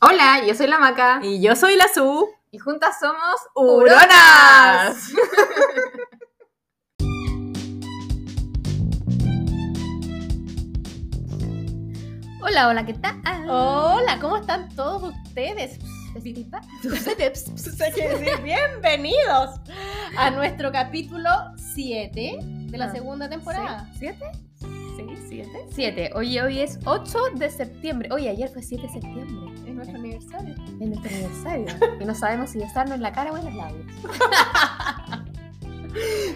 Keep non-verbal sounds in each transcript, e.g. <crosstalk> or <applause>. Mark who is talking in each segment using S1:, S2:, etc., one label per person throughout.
S1: Hola, yo soy la Maca.
S2: Y yo soy la Su.
S1: Y juntas somos
S2: ¡Huronas!
S1: <laughs> Hola, hola, ¿qué tal?
S2: Hola, ¿cómo están todos ustedes? Bienvenidos a nuestro capítulo 7 de la
S1: Ah,
S2: segunda temporada.
S1: ¿Siete?
S2: Sí, 7.
S1: Siete. Oye, hoy es 8 de septiembre. Oye, ayer fue 7 de septiembre.
S2: Es nuestro aniversario.
S1: Es nuestro aniversario.
S2: <laughs>
S1: y no sabemos si besarnos en la cara o en los labios.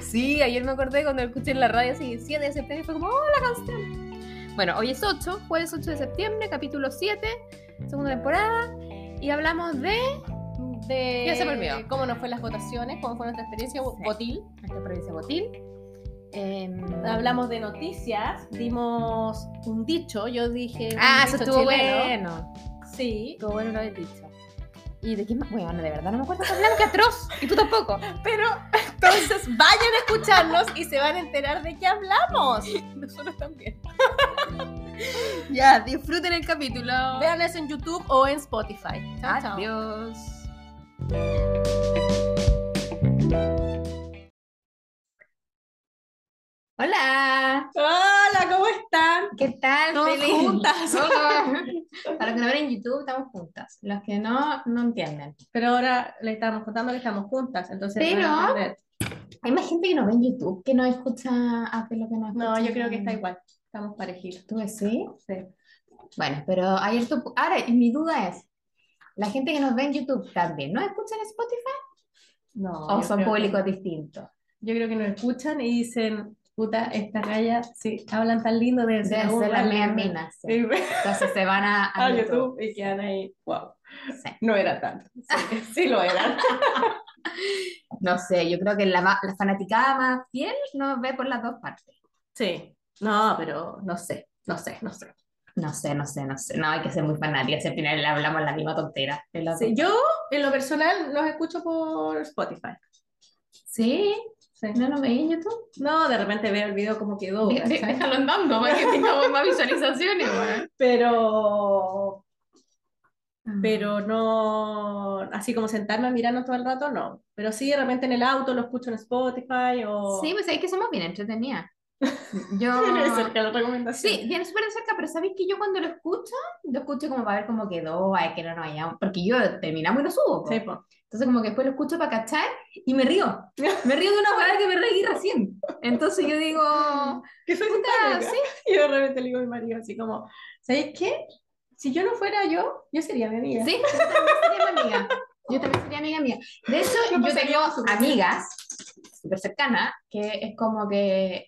S1: sí, ayer me acordé cuando escuché en la radio así, 7 de septiembre, y fue como, ¡oh, la canción! Bueno, hoy es 8, jueves 8 de septiembre, capítulo 7, segunda temporada. Y hablamos de...
S2: <laughs> De
S1: Ya se me olvidó.
S2: cómo nos fue las votaciones, cómo fue nuestra experiencia votil.
S1: nuestra provincia Botín. Em,
S2: Hablamos de noticias, dimos un dicho, yo dije. un
S1: ah, eso
S2: dicho
S1: estuvo
S2: chileno.
S1: bueno.
S2: Sí,
S1: Estuvo bueno lo habéis dicho. ¿Y de quién más? Bueno, de verdad no me acuerdo. Hablamos que atroz. Y tú tampoco.
S2: pero entonces vayan a escucharnos y se van a enterar de qué hablamos. <laughs> Nosotros también.
S1: <laughs> Ya, disfruten el capítulo.
S2: Vean eso en YouTube o en Spotify. Chao, chao.
S1: Adiós. Hola.
S2: Hola, ¿cómo están?
S1: ¿Qué tal?
S2: Todos
S1: Feliz-
S2: juntas.
S1: Todos. Para los que no ven en YouTube, estamos juntas. Los que no, no entienden.
S2: Pero ahora le estamos contando que estamos juntas, entonces.
S1: Pero-
S2: van a entender.
S1: Hay más gente que no ve en YouTube, que no escucha a lo que no escucha.
S2: No, yo creo que está igual. Estamos parejitos.
S1: ¿Tú sí?
S2: Sí.
S1: Bueno, pero hay harto pu- Ahora, y mi duda es, ¿la gente que nos ve en YouTube también no escucha en Spotify?
S2: No.
S1: ¿O
S2: yo creo
S1: son
S2: que-
S1: públicos distintos?
S2: yo creo que nos escuchan y dicen, puta, esta raya, sí, hablan tan lindo de Ah,
S1: Deben ser las medias minas, sí. Entonces se van a, a
S2: a YouTube y quedan ahí, wow,
S1: Sí.
S2: no era tanto. <laughs> Sí, sí lo eran.
S1: No sé, yo creo que la, ma- la fanaticada más fiel nos ve por las dos partes.
S2: Sí. No, pero no sé, no sé, no sé.
S1: No sé, no sé, no sé. No, hay que ser muy fanática. Si al final le hablamos la misma tontera. de las
S2: Sí,
S1: dos.
S2: yo, en lo personal, los escucho por Spotify.
S1: ¿Sí?
S2: Sí.
S1: ¿No nos veía en YouTube?
S2: No, de repente veo el video como <laughs> quedó,
S1: De- de-
S2: ¿cachai?
S1: déjalo andando para que tengamos más <laughs> visualizaciones, weón.
S2: pero,
S1: Ah.
S2: pero no, así como sentarme a mirarnos todo el rato, no. Pero sí, de repente en el auto lo escucho en Spotify o... <laughs>
S1: Sí, pues es que somos bien <laughs> entretenidas. Yo.
S2: Cerca de la recomendación.
S1: Sí, bien súper de cerca, pero ¿sabéis que yo cuando lo escucho, lo escucho como para ver cómo quedó, ay, que no nos hayamos. Porque yo terminamos y lo subo. po.
S2: Sí, po.
S1: Entonces, como que después lo escucho para cachar y me <laughs> río. Me río de una hueá que me reí recién. Entonces, yo digo,
S2: Que soy
S1: puta,
S2: simpática. <laughs>
S1: sí.
S2: Y de repente le digo a mi marido así como, ¿sabes qué? Si yo no fuera yo, yo sería mi amiga.
S1: Sí, yo también sería mi amiga. Yo también sería amiga mía. De hecho,
S2: Yo
S1: yo tengo
S2: pasaría súper bien.
S1: amigas súper cercanas que es como que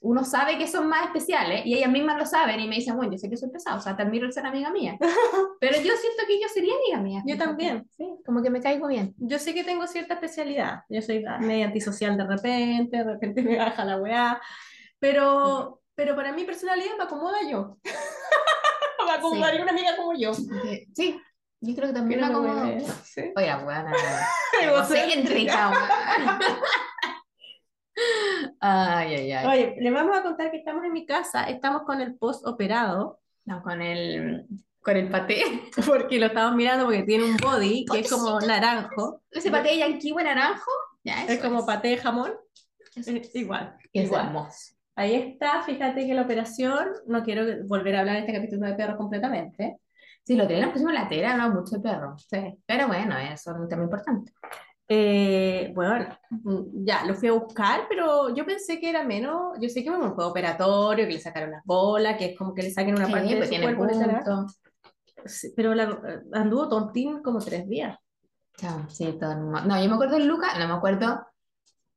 S1: uno sabe que son más especiales y ellas mismas lo saben y me dicen, bueno, yo sé que soy pesada, o sea, te admiro el ser amiga mía.
S2: <laughs>
S1: Pero yo siento que yo sería amiga mía.
S2: Yo
S1: fíjate.
S2: también.
S1: Sí, como que me caigo bien.
S2: Yo sé que tengo cierta especialidad. Yo soy ah, media antisocial de repente, de repente me baja la weá. Pero, pero para mi personalidad me acomoda yo. <laughs> me acomodaría
S1: Sí.
S2: una amiga como yo.
S1: Porque- Sí, yo creo que
S2: Que
S1: también me
S2: no me
S1: acomodo.
S2: hueve. <laughs> Sí.
S1: Oiga, weona.
S2: Debo ser-
S1: Egocéntrica, weona. Ay, ay,
S2: <laughs>
S1: ay.
S2: Oye, les vamos a contar que estamos en mi casa, estamos con el post operado,
S1: No, con el, con el paté.
S2: <laughs> porque lo estamos mirando porque tiene un body que es como
S1: Pobrecito.
S2: naranjo,
S1: Ese paté de yanquiwe naranjo. Ya,
S2: es
S1: eso
S2: como paté de jamón,
S1: Eso
S2: eh, <laughs> igual,
S1: Y es
S2: igual.
S1: hermoso.
S2: Ahí está, fíjate que la operación, no quiero volver a hablar de este capítulo de perros completamente.
S1: Sí, lo que nos pusimos la tela, hablaba mucho de perro.
S2: Sí.
S1: Pero bueno, eso es un tema importante.
S2: Eh, bueno, mm, ya, lo fui a buscar, pero yo pensé que era menos, yo sé que bueno, un juego operatorio, que le sacaron las bolas, que es como que le saquen una
S1: Sí,
S2: parte de
S1: pues
S2: su
S1: tiene
S2: cuerpo, le sacaron-
S1: punto.
S2: Sí, pero la- anduvo tontín como tres días.
S1: Chao, sí, todo hermoso. No, yo me acuerdo de Luca, no me acuerdo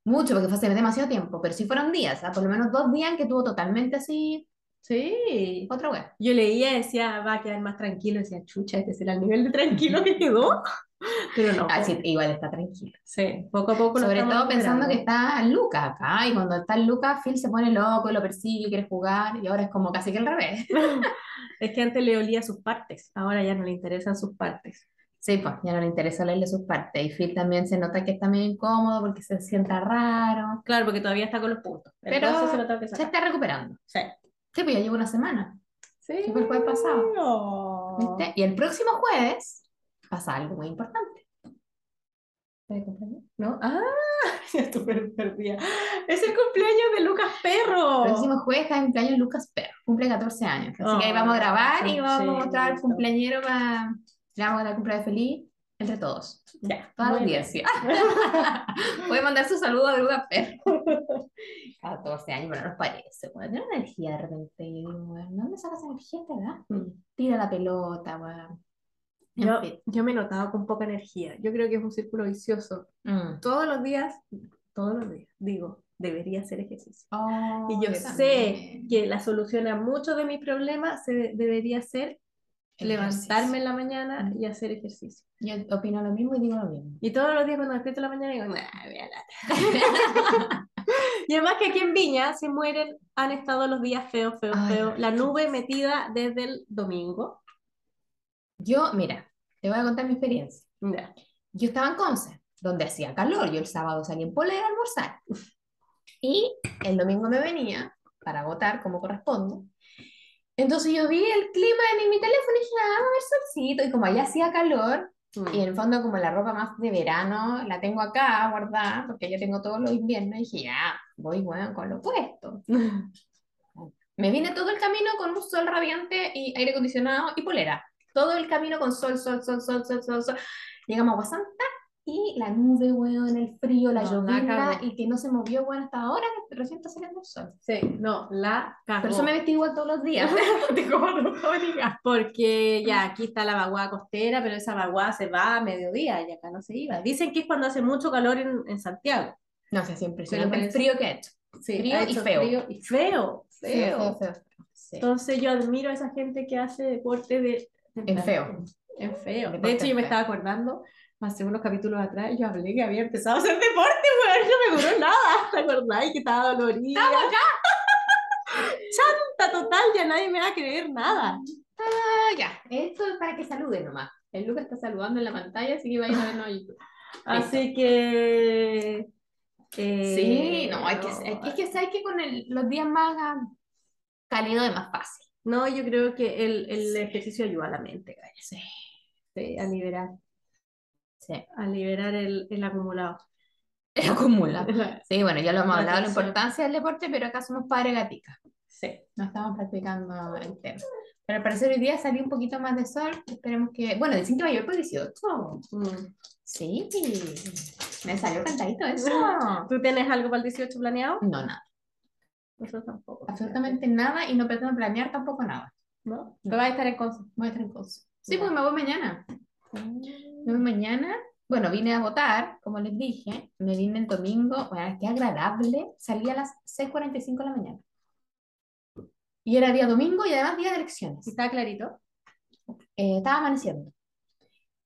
S1: mucho porque fue hace demasiado tiempo, pero sí fueron días, ¿ah? por lo menos dos días en que tuvo totalmente así
S2: Sí.
S1: otra wea.
S2: Yo leía, decía, va a quedar más tranquilo, decía, chucha, este será el nivel de tranquilo que quedó. <laughs> Pero no, pues,
S1: Ah, sí, igual está tranquilo.
S2: sí, poco a poco lo
S1: Sobre
S2: estamos
S1: todo pensando que
S2: recuperando.
S1: está Luca acá, y cuando está Luca, Phil se pone loco y lo persigue y quiere jugar, y ahora es como casi que al revés.
S2: <laughs> Es que antes le olía sus partes, ahora ya no le interesan sus partes.
S1: Sí, pues ya no le interesa leerle sus partes, y Phil también se nota que está medio incómodo porque se sienta raro.
S2: Claro, porque todavía está con los puntos.
S1: Pero-
S2: Entonces se lo tengo que
S1: Se
S2: sacar.
S1: está recuperando.
S2: Sí.
S1: Sí, pues ya llevo una semana.
S2: Sí. Oh.
S1: fue el jueves pasado.
S2: No.
S1: ¿Viste? Y el próximo jueves pasa algo muy importante.
S2: ¿Puede cumpleaños? ¿No? ¡Ah! <laughs> Ya estuve perdida. Es el cumpleaños de Lucas Perro.
S1: El próximo jueves está de cumpleaños Lucas Perro, cumple 14 años. Así que ahí
S2: Oh,
S1: vamos a grabar y
S2: sí,
S1: vamos a
S2: sí,
S1: mostrar al
S2: listo.
S1: cumpleañero para. Le vamos a dar cumpleaños feliz entre todos,
S2: Ya.
S1: toda la
S2: bueno.
S1: audiencia. <laughs> Puede mandar su saludo a Lucas <laughs> Perro. 14 años, pero no nos parece. Bueno, tiene una energía de repente. y digo, bueno, ¿de ¿Dónde sacas energía a esta edad? Tira la pelota, weón. Mm, En
S2: Mm. Yo,
S1: fin.
S2: yo me he notado con poca energía. Yo creo que es un círculo vicioso.
S1: Mm.
S2: Todos los días, todos los días, digo, debería hacer ejercicio.
S1: Oh,
S2: Y yo sé
S1: también.
S2: que la solución a muchos de mis problemas se debería ser levantarme en la mañana y hacer ejercicio.
S1: Yo opino lo mismo y digo lo mismo.
S2: Y todos los días cuando despierto en la mañana digo, nah, voy a la-". <laughs> Y además que aquí en Viña se mueren, han estado los días feos, feos,
S1: Ay,
S2: feos. La nube metida desde el domingo.
S1: Yo, mira, te voy a contar mi experiencia.
S2: Ya.
S1: Yo estaba en Conce, donde hacía calor. Yo el sábado salí en polera a almorzar. Y el domingo me venía para votar como corresponde. Entonces yo vi el clima en mi teléfono y dije, ah, va a haber solcito. Y como allá hacía calor,
S2: Mm.
S1: Y en el fondo, como la ropa más de verano, la tengo acá guardada, porque yo tengo todos los inviernos, y dije, ya, voy, bueno, con lo puesto. Me vine todo el camino con un sol radiante y aire acondicionado y polera. Todo el camino con sol, sol, sol, sol, sol, sol, sol. Llegamos a Guasanta y la nube, weón, el frío, la
S2: No, la
S1: llovizna,
S2: cagó.
S1: y que no se movió, weón, hasta ahora, que recién está saliendo el sol.
S2: <laughs> Sí, no, la
S1: Por
S2: cagó.
S1: eso me vestí igual todos los <laughs> días. Tengo ropa abrigada.
S2: Porque ya aquí está la vaguada costera, pero esa vaguada se va a mediodía y acá no se iba. Dicen que es cuando hace mucho calor en, en Santiago.
S1: No, sé, siempre,
S2: Pero
S1: siempre el
S2: parece-
S1: frío que ha hecho.
S2: Sí,
S1: Frío
S2: ha
S1: y
S2: hecho
S1: feo.
S2: frío y feo,
S1: Feo,
S2: feo.
S1: feo, feo. Sí.
S2: Entonces yo admiro a esa gente que hace deporte de...
S1: En feo.
S2: En feo.
S1: Deporte
S2: De hecho, yo
S1: en
S2: me
S1: feo.
S2: estaba acordando, hace unos capítulos atrás, yo hablé que había empezado a hacer deporte, weón, no me duró nada, ¿te acordás? Que estaba dolorida. ¡Estamos acá! <laughs> Chanta total, ya nadie me va a creer nada.
S1: Ah, ya. Esto es para que salude nomás. El Lucas está saludando en la pantalla, así que vayan a verlo en YouTube.
S2: Así que... eh,
S1: Sí, no, hay que, hay que- es que sabes que con el- los días más ah, cálidos es más fácil.
S2: No, yo creo que el, el ejercicio ayuda a la mente, Gaya,
S1: Sí.
S2: sí, a liberar, a liberar el, el acumulado.
S1: <laughs> Es acumula. Sí, bueno, ya lo hemos
S2: La
S1: hablado, la
S2: tensión.
S1: importancia del deporte, pero acá somos padre gatica.
S2: <laughs> Sí.
S1: No estamos practicando el tema. Pero al parecer hoy día salió un poquito más de sol. Esperemos que. Bueno, dicen que va a llover por 18.
S2: Mm.
S1: Sí. Me salió cantadito eso. No,
S2: ¿Tú tienes algo para el 18 planeado?
S1: nada.
S2: Nosotros tampoco.
S1: Absolutamente nada y no pretendo planear tampoco nada.
S2: ¿No? ¿Tú vas a estar en Conce?
S1: Voy a Trancoso. Sí,
S2: Ya.
S1: porque me voy mañana. Me voy mañana. Bueno, vine a votar, como les dije. Me vine el domingo. Bueno, qué agradable. Salí a las 6:45 de la mañana. Y era día domingo y además día de elecciones.
S2: ¿Está clarito?
S1: Eh, estaba amaneciendo.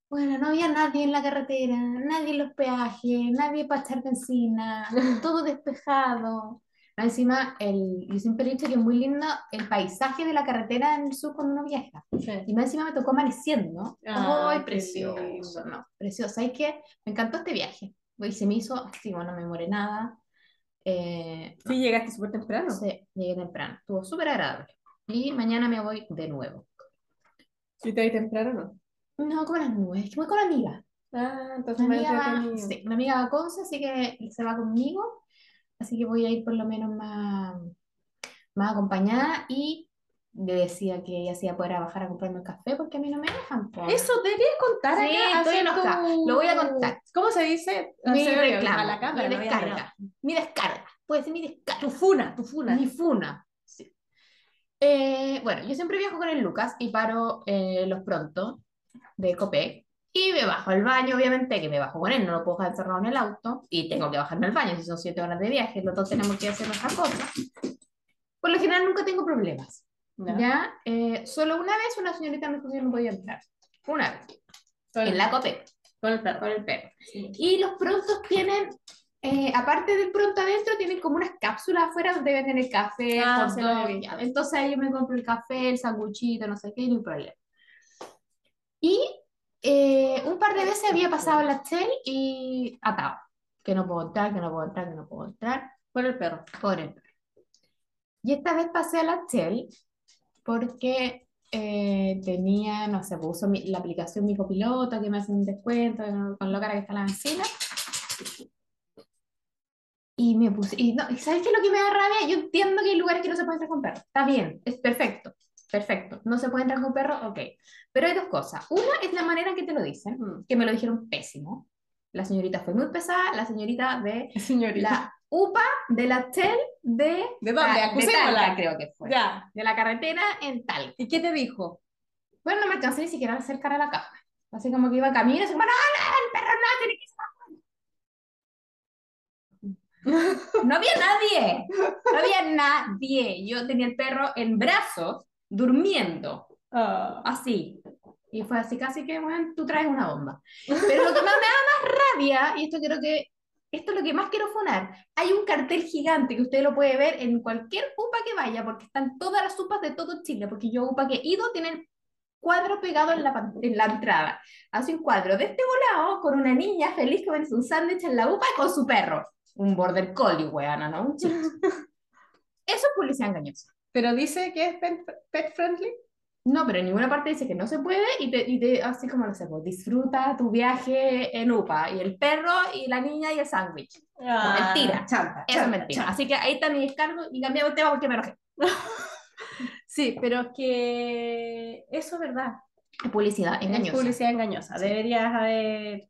S1: Bueno, no había nadie en la carretera, nadie en los peajes, nadie para echar benzina, todo despejado. Más Encima, el, yo siempre he dicho que es muy lindo el paisaje de la carretera en el sur cuando uno viaja.
S2: Sí.
S1: Y más encima me tocó amaneciendo.
S2: Ah,
S1: ¡Ay,
S2: qué
S1: precioso!
S2: lindo.
S1: No, precioso. Es que me encantó este viaje. Y se me hizo así, bueno, no me moré nada. Eh,
S2: Sí, llegaste súper temprano.
S1: no sé, llegué temprano. Estuvo súper agradable. Y mañana me voy de nuevo.
S2: ¿Sí te vas temprano no?
S1: No, con las nubes, que voy con la amiga.
S2: Ah,
S1: Mi
S2: entonces me
S1: amiga, va,
S2: entretenido.
S1: sí, mi amiga va a Conce, así que se va conmigo. Así que voy a ir por lo menos más, más acompañada. Y le decía que ella se iba a poder bajar a comprarme un café porque a mí no me dejan. po.
S2: Eso deberías contar
S1: Sí,
S2: acá,
S1: estoy
S2: hacer
S1: enojada.
S2: tu-
S1: Lo voy a contar.
S2: ¿Cómo se dice?
S1: Mi
S2: Hacer-
S1: reclamo,
S2: a la cámara,
S1: mi
S2: no voy a
S1: descarga.
S2: mirar.
S1: Mi descarga. Puede ser mi descarga.
S2: Tu funa, tu funa.
S1: Mi funa. sí. Eh, bueno, yo siempre viajo con el Lucas y paro eh, los pronto de Copec y me bajo al baño, obviamente que me bajo con él, no lo puedo dejar encerrado en el auto y tengo que bajarme al baño, si son siete horas de viaje, los dos tenemos que hacer nuestras cosas. Por lo general nunca tengo problemas,
S2: Ya.
S1: ¿ya? Eh, solo una vez una señorita me dijo que yo no podía entrar, una vez,
S2: Con,
S1: en la Copec,
S2: con el perro.
S1: con el perro.
S2: Sí.
S1: Y los prontos tienen, eh, aparte del pronto adentro, tienen como unas cápsulas afuera donde venden el café,
S2: Ah,
S1: hot
S2: se lo
S1: dog,
S2: he
S1: ya. Entonces ahí yo me compro el café, el sanguchito, no sé qué, no hay problema. Y eh, un par de veces había pasado la Shell y atado. Que no puedo entrar, que no puedo entrar, que no puedo entrar.
S2: Con el perro.
S1: Por el perro. Y esta vez pasé a la Shell porque eh, tenía, no sé, puso mi- la aplicación Mi Copiloto, que me hacen un descuento eh, con lo cara que está la encina. Y me puse, y, no, ¿y ¿sabes qué es lo que me da rabia? Yo entiendo que hay lugares que no se puede entrar con perros. Está bien, es perfecto, perfecto. No se puede entrar con perros, ok. Pero hay dos cosas. Una es la manera en que te lo dicen, que me lo dijeron pésimo. La señorita fue muy pesada, la <laughs> señorita de
S2: Señorita.
S1: la UPA, de la TEL, de, Ah,
S2: ¿De dónde?
S1: de Talca,
S2: Acusémosla.
S1: creo que fue.
S2: Ya.
S1: De la carretera en Talca.
S2: ¿Y qué te dijo?
S1: Bueno, no me alcancé ni siquiera a acercar a la caja. Así como que iba camino, así como, no, no, el perro no, tiene que ser. No había nadie, no había nadie. Yo tenía el perro en brazos, durmiendo,
S2: Ah.
S1: así. Y fue así casi que, bueno, tú traes una bomba. Pero lo que más me da más rabia, y esto creo que, esto es lo que más quiero funar, hay un cartel gigante que usted lo puede ver en cualquier UPA que vaya, porque están todas las UPAs de todo Chile, porque yo UPA que he ido tienen cuadro pegado en la, pan- en la entrada. Hace un cuadro de este volado con una niña feliz que vende un sándwich en la UPA y con su perro. Un border collie, weana, ¿no? Un chico. Eso es publicidad engañosa.
S2: Pero dice que es pet, pet friendly.
S1: No, pero en ninguna parte dice que no se puede y te, y te- así como lo sé, pues, disfruta tu viaje en UPA y el perro y la niña y el sándwich. mentira.
S2: Chanta,
S1: Ah. Eso es
S2: chanta,
S1: mentira.
S2: chanta.
S1: Así que ahí está mi descargo y cambiamos el tema porque me enojé.
S2: Sí, pero es que eso es verdad.
S1: Es publicidad
S2: Es
S1: engañosa.
S2: publicidad engañosa. Deberías haber.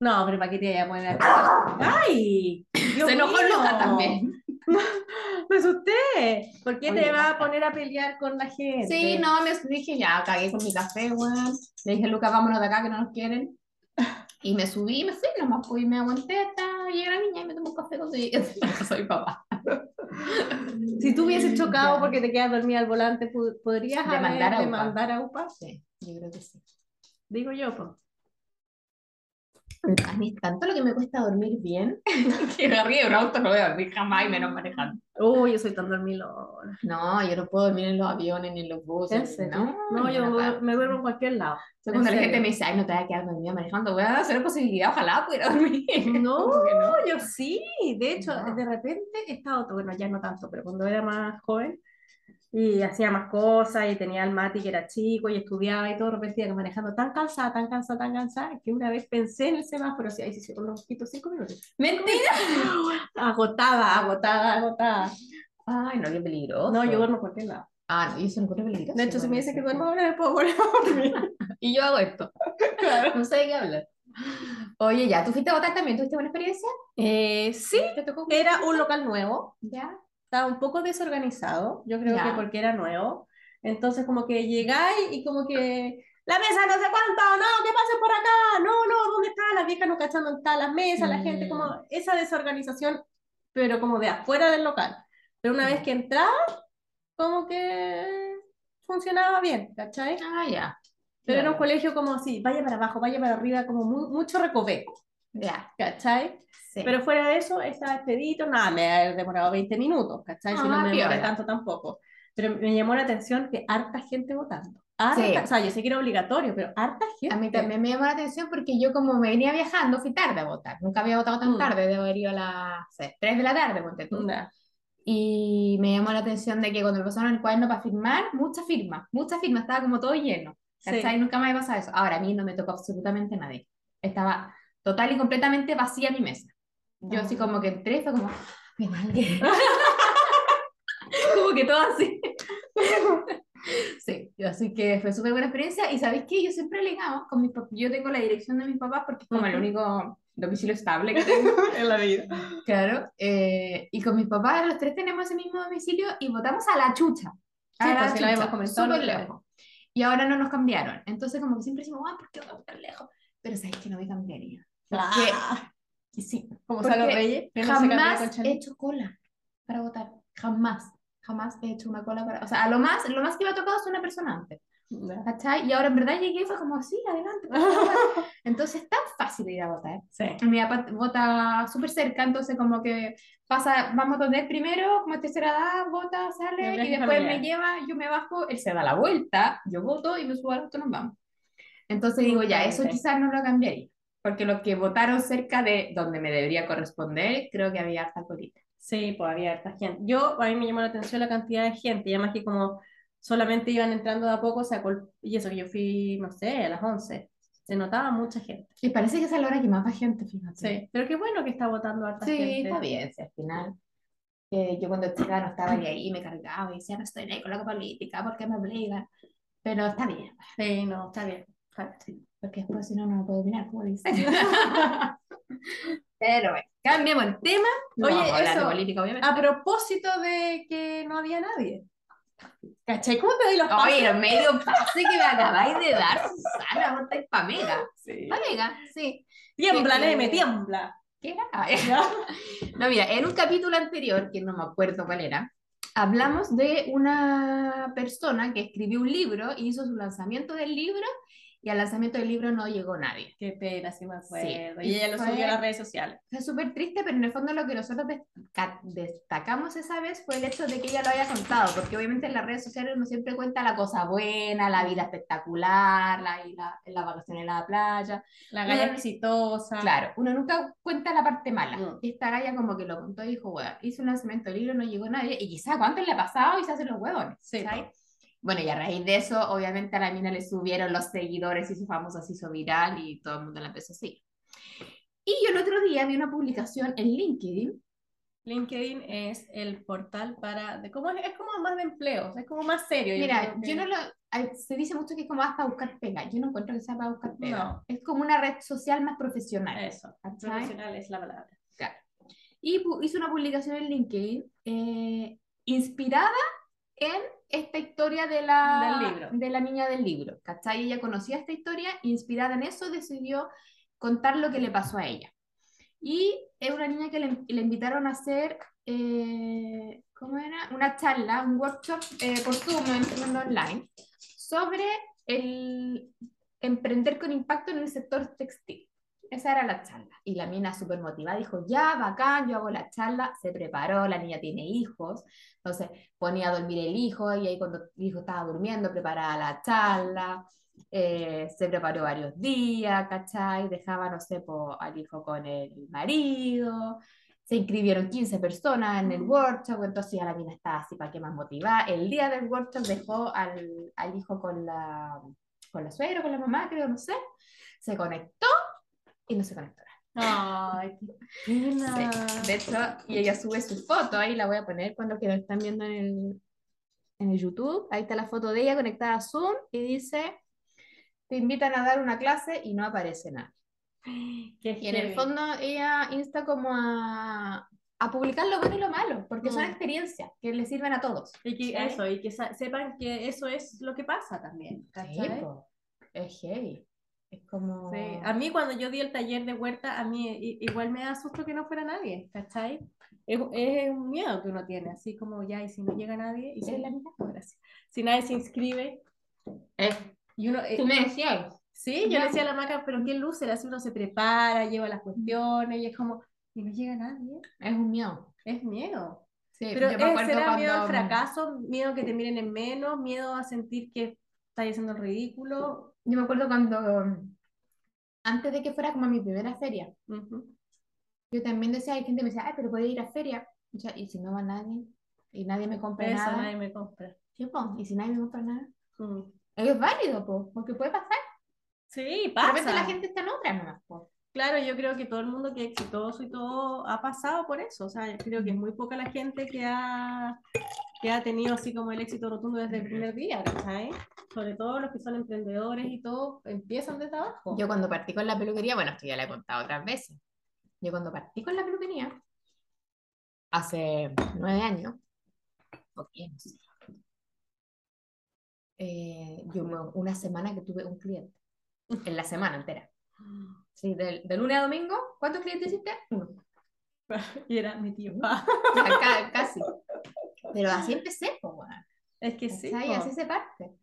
S2: No, pero ¿para qué te voy a poner?
S1: <laughs>
S2: ¡Ay! Dios
S1: se enojó
S2: mío! <laughs>
S1: Lucas también.
S2: Me asusté. ¿Por qué
S1: Oye,
S2: te va a
S1: basta.
S2: poner a pelear con la gente?
S1: Sí, no, me dije ya, cagué con mi café, weón. Le dije, Lucas, vámonos de acá que no nos quieren. Y me subí y me fui, nomás fui y me aguanté hasta llegar a la niña y me tomé un café cuando llegué <laughs> soy <laughs> papá.
S2: Si tú hubieses chocado
S1: Ya.
S2: porque te quedas dormida al volante, pu- podrías haber
S1: Demandar a UPA.
S2: demandar a UPA.
S1: Sí, yo creo que sí.
S2: Digo yo, pues.
S1: A mí es tanto lo que me cuesta dormir bien <laughs> que me río de un auto no voy a dormir jamás y menos manejando.
S2: Uy, yo soy tan dormilona.
S1: No, yo no puedo dormir en los aviones ni en los
S2: ¿En
S1: buses.
S2: serio?
S1: No,
S2: No, yo
S1: ninguna
S2: me-
S1: parte.
S2: me duermo en cualquier lado.
S1: Entonces, cuando
S2: ¿en
S1: la gente
S2: serio?
S1: me dice, ay, no te vas a quedar dormida manejando, voy a hacer posibilidad, ojalá pudiera <laughs> dormir.
S2: No,
S1: Como que no.
S2: yo sí, de hecho,
S1: No.
S2: de repente he estado, bueno, ya no tanto, pero cuando era más joven y hacía más cosas y tenía al Mati que era chico y estudiaba y todo, de repente iba manejando tan cansada, tan cansada, tan cansada, que una vez pensé en el semáforo, así, ahí se hicieron unos poquitos cinco minutos.
S1: Mentira.
S2: <laughs> Agotada, agotada, agotada.
S1: Ay, no, qué peligroso.
S2: No, yo duermo en cualquier lado.
S1: Ah, no, yo eso lo encuentro peligroso.
S2: De hecho, si me dice que
S1: bueno.
S2: duermo ahora, me puedo volver a dormir.
S1: Y yo hago <laughs> esto.
S2: Claro.
S1: No sé de qué hablar. Oye, ya, ¿tú fuiste a votar también? ¿Tuviste buena experiencia?
S2: Eh, sí,
S1: ¿Te tocó?
S2: era un local nuevo.
S1: ¿Ya?
S2: estaba un poco desorganizado, yo creo
S1: Ya.
S2: que porque era nuevo. Entonces como que llegáis y como que la mesa no sé cuánto, no, que pases por acá, no, no, ¿dónde está? Las viejas no cachando dónde están las mesas, la gente
S1: Mm.
S2: como esa desorganización, pero como de afuera del local. Pero una vez que entraba, como que funcionaba bien, ¿cachai?
S1: Ah, ya.
S2: Pero era un
S1: Claro.
S2: colegio como así, vaya para abajo, vaya para arriba, como mu- mucho recoveco,
S1: Ya,
S2: ¿cachai?
S1: sí.
S2: Pero fuera de eso, estaba expedito, nada, me ha demorado 20 minutos, ¿cachai? Si no
S1: Ah,
S2: me demoré
S1: piola.
S2: tanto tampoco. Pero me llamó la atención que harta gente votando. Harta-
S1: Sí.
S2: O sea, yo sé que era obligatorio, pero harta gente.
S1: A mí también me llamó la atención porque yo como me venía viajando, fui tarde a votar. Nunca había votado tan
S2: Mm.
S1: tarde, debo haber ido a las 3 de la tarde, ponte tú.
S2: Nah.
S1: Y me llamó la atención de que cuando me pasaron el cuaderno para firmar, muchas firmas, muchas firmas, estaba como todo lleno.
S2: Sí.
S1: ¿Cachai? Nunca me había pasado eso. Ahora, a mí no me tocó absolutamente nadie. Estaba total y completamente vacía mi mesa. Yo
S2: Ah.
S1: así como que entré y fue como, ven alguien. <laughs> como que todo así. sí, yo así que fue súper buena experiencia. Y ¿sabéis qué? Yo siempre he legado con mis papás. Yo tengo la dirección de mis papás porque es como el
S2: Ujú.
S1: único domicilio estable que
S2: <laughs>
S1: tengo.
S2: <laughs> en la vida.
S1: Claro, eh, y con mis papás los tres tenemos ese mismo domicilio y votamos a la chucha. A
S2: Sí,
S1: la
S2: pues, sí, lo habíamos
S1: chucha,
S2: comentado,
S1: súper
S2: lo
S1: lejos.
S2: lejos.
S1: Y ahora no nos cambiaron. Entonces como que siempre decimos, ah, ¿por qué votamos tan lejos? Pero sabéis que no me cambiaría. Porque-
S2: Ah,
S1: Y sí,
S2: como
S1: Porque
S2: Salo Reyes, que no se cambió con
S1: jamás he
S2: Chanel.
S1: hecho cola para votar. Jamás. Jamás he hecho una cola para... O sea, a lo más, lo más que me ha tocado es una persona antes.
S2: Nah.
S1: ¿Cachai? Y ahora en verdad llegué y fue como, sí, adelante. por favor". Entonces es tan fácil ir a votar.
S2: <laughs> Sí.
S1: Mi papá vota súper cerca, entonces como que pasa, vamos a donde primero, como es tercera edad, vota,
S2: El
S1: sale,
S2: viaje
S1: y después me
S2: familiar.
S1: lleva, yo me bajo, él se da la vuelta, yo voto y me subo al auto, nos vamos. Entonces digo, ya, eso
S2: Totalmente.
S1: quizás no lo cambiaría, porque los que votaron cerca de donde me debería corresponder, creo que había harta colita.
S2: Sí, pues había harta gente. Yo, a mí me llamó la atención la cantidad de gente, y además que como solamente iban entrando de a poco, se acol- y eso que yo fui, no sé, a las 11. Se notaba mucha gente.
S1: Y parece que esa es la hora que más va gente, fíjate.
S2: Sí, pero qué bueno que está votando harta
S1: Sí,
S2: gente.
S1: está bien, si al final. eh, yo cuando chica no estaba ni ahí, me cargaba y decía, no estoy ni ahí con la política, porque me obligan? Pero está bien,
S2: Sí, no, está bien. Está bien.
S1: porque después si no, no lo puedo mirar, como dicen. <laughs> Pero bueno, cambiemos el tema. ah, No
S2: Oye,
S1: vamos a hablar de
S2: eso,
S1: política, obviamente.
S2: A propósito de que no había nadie. ¿Cachai? ¿Cómo te doy los pasos?
S1: Oye, el medio <laughs> pase que me acabáis de dar, Susana, vos estáis pamega.
S2: Sí.
S1: Pamega, sí.
S2: Tiembla,
S1: Sí, sí.
S2: Neme, <laughs> tiembla.
S1: ¿Qué era? <laughs> No, mira, en un capítulo anterior, que no me acuerdo cuál era, hablamos de una persona que escribió un libro, hizo su lanzamiento del libro y al lanzamiento del libro no llegó nadie.
S2: Qué pena, sí me acuerdo.
S1: Sí.
S2: Y ella lo
S1: Fue-
S2: subió a las redes sociales.
S1: Fue súper triste, pero en el fondo lo que nosotros desca- destacamos esa vez fue el hecho de que ella lo haya contado, porque obviamente en las redes sociales uno siempre cuenta la cosa buena, la vida espectacular, la, la, la vacación en la playa,
S2: La galla
S1: Bueno,
S2: exitosa.
S1: Claro, uno nunca cuenta la parte mala.
S2: Mm.
S1: Y Esta galla como que lo contó y dijo, weón, hizo un lanzamiento de libro, no llegó nadie, y quizá cuánto le ha pasado y se hacen los huevones,
S2: Sí.
S1: ¿cachai? Bueno, y a raíz de eso, obviamente a la mina le subieron los seguidores, hizo famosa, se hizo viral y todo el mundo la empezó a seguir. Y yo el otro día vi una publicación en LinkedIn,
S2: LinkedIn es el portal para. De, ¿cómo es? es como más de empleos, es como más serio. yo
S1: mira,
S2: creo que-
S1: yo no lo, ay, se dice mucho que es como hasta buscar pega, yo no encuentro que sea para buscar pega,
S2: No. Eh,
S1: es como una red social más profesional,
S2: Eso,
S1: ¿cachai?
S2: profesional es la palabra.
S1: y pu- hizo una publicación en LinkedIn eh, inspirada en esta historia de la,
S2: Del libro.
S1: de la niña del libro. ¿Cachai? Ella conocía esta historia, inspirada en eso, decidió contar lo que le pasó a ella. Y es una niña que le, le invitaron a hacer, eh, ¿cómo era? Una charla, un workshop eh, por Zoom, en- en online, sobre el emprender con impacto en el sector textil. Esa era la charla. Y la mina súper motivada dijo, ya, bacán, yo hago la charla. Se preparó, la niña tiene hijos. Entonces ponía a dormir el hijo y ahí cuando el hijo estaba durmiendo preparaba la charla. Eh, se preparó varios días, ¿cachai? Dejaba, no sé, po, al hijo con el marido. Se inscribieron 15 personas en el workshop, entonces ya la mina estaba así para que más motivada. El día del workshop dejó al, al hijo con la, con la suegra, con la mamá, creo, no sé. Se conectó y no se conectó.
S2: Ay, qué pena.
S1: Sí, De hecho, y ella sube su foto, ahí la voy a poner cuando que la están viendo en el, en el YouTube. Ahí está la foto de ella conectada a Zoom y dice, te invitan a dar una clase y no aparece nada.
S2: Qué
S1: Y en el
S2: heavy.
S1: fondo ella insta como a, a publicar lo bueno y lo malo, porque son
S2: Mm.
S1: experiencias que le sirven a todos.
S2: Y que
S1: ¿Cachai?
S2: eso, y que sa- sepan que eso es lo que pasa también. ¿cachai?
S1: po. Es heavy. Es como...
S2: Sí. A mí cuando yo di el taller de huerta, a mí i- igual me da susto que no fuera nadie, ¿cachai? Es, es un miedo que uno tiene, así como ya, y si no llega nadie, y si,
S1: Es la misma
S2: Gracias. si nadie se inscribe,
S1: Eh,
S2: y uno, eh,
S1: tú me decías.
S2: sí, yo
S1: Ya.
S2: le decía a la maca, pero qué luz era, si uno se prepara, lleva las cuestiones, y es como, y no llega nadie,
S1: Es un miedo.
S2: es miedo.
S1: Sí,
S2: Pero
S1: Eh, yo me
S2: es,
S1: acuerdo
S2: será miedo al
S1: cuando-
S2: fracaso, miedo a que te miren en menos, miedo a sentir que estás haciendo el ridículo.
S1: Yo me acuerdo cuando, um, antes de que fuera como mi primera feria,
S2: Ujú.
S1: yo también decía, hay gente que me decía, ay, pero podía ir a feria. Y yo, y si no va nadie, y nadie me compra
S2: Eso,
S1: nada.
S2: nadie me compra.
S1: Sí, po, y si nadie me compra nada.
S2: Mm.
S1: Es válido, po, porque puede pasar.
S2: Sí,
S1: De
S2: pasa.
S1: repente la gente está en otra nomás, po.
S2: Claro, yo creo que todo el mundo que es exitoso y todo ha pasado por eso. O sea, yo creo que es muy poca la gente que ha, que ha tenido así como el éxito rotundo desde el primer día, ¿cachai? Sobre todo los que son emprendedores y todo, empiezan desde abajo.
S1: Yo cuando partí con la peluquería, bueno, esto ya lo he contado otras veces. Yo cuando partí con la peluquería, hace nueve años, o diez, no sé, eh, yo me- una semana que tuve un cliente, en la
S2: <gasps>
S1: semana entera. Sí, del- de, lunes a domingo, ¿cuántos clientes hiciste? Uno.
S2: Y era mi tío. <laughs>
S1: Ya, ca- casi. Pero así empecé, po, weón.
S2: Es que sí.
S1: ¿Cachai?
S2: po.
S1: así se parte.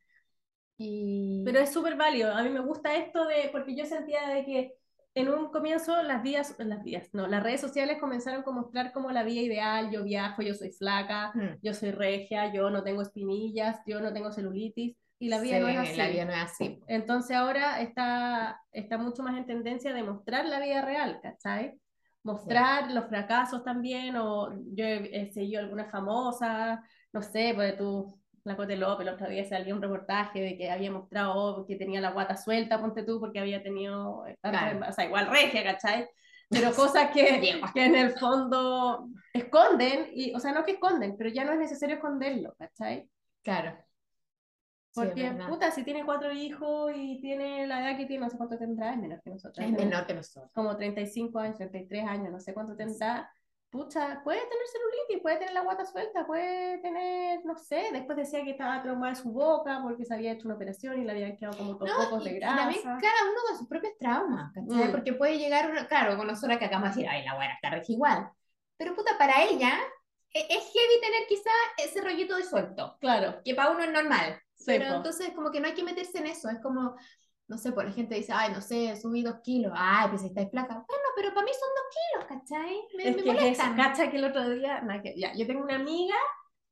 S1: Y...
S2: Pero es súper válido. A mí me gusta esto de, porque yo sentía de que en un comienzo las vías, las vías, no, las redes sociales comenzaron a mostrar como la vida ideal, yo viajo, yo soy flaca,
S1: Mm.
S2: yo soy regia, yo no tengo espinillas, yo no tengo celulitis, y la vida
S1: Sí,
S2: no es así.
S1: la vida no es así, po.
S2: Entonces ahora está, está mucho más en tendencia de mostrar la vida real, ¿cachai? Mostrar los fracasos también, o yo he, he seguido algunas famosas, no sé, pues tú, la Cote López, la otra vez salió un reportaje de que había mostrado oh, que tenía la guata suelta, ponte tú, porque había tenido, tanto
S1: Claro.
S2: embarazo, o sea, igual regia, ¿cachai? Pero cosas que, que en el fondo esconden, y, o sea, no que esconden, pero ya no es necesario esconderlo, ¿cachai?
S1: Claro. Sí, es
S2: Porque,
S1: verdad.
S2: puta, si tiene cuatro hijos y tiene la edad que tiene, no sé cuánto tendrá, es menor que nosotros.
S1: Es menor que nosotros.
S2: Como 35 años, 33 años, no sé cuánto tendrá. Pucha, puede tener celulitis, puede tener la guata suelta, puede tener, no sé, después decía que estaba traumada su boca porque se había hecho una operación y le habían quedado como dos pocos
S1: y,
S2: de
S1: y también
S2: grasa.
S1: cada uno con sus propios traumas, ¿cachai?
S2: Mm.
S1: Porque puede llegar, una- claro, con nosotras que acabamos de decir, ay, la buena está regia igual. Pero puta, para ella e- es, heavy tener quizá ese rollito de suelto,
S2: Claro,
S1: que para uno es normal.
S2: sí,
S1: Pero
S2: po.
S1: entonces como que no hay que meterse en eso, es como, no sé, por la gente dice, ay, no sé, subí dos kilos, ay, pues estáis placa. Bueno, pero para mí son dos kilos, ¿cachai? Me,
S2: Es
S1: me
S2: que es eso,
S1: molestan.
S2: cacha que el otro día, nada que- ya, yo tengo una amiga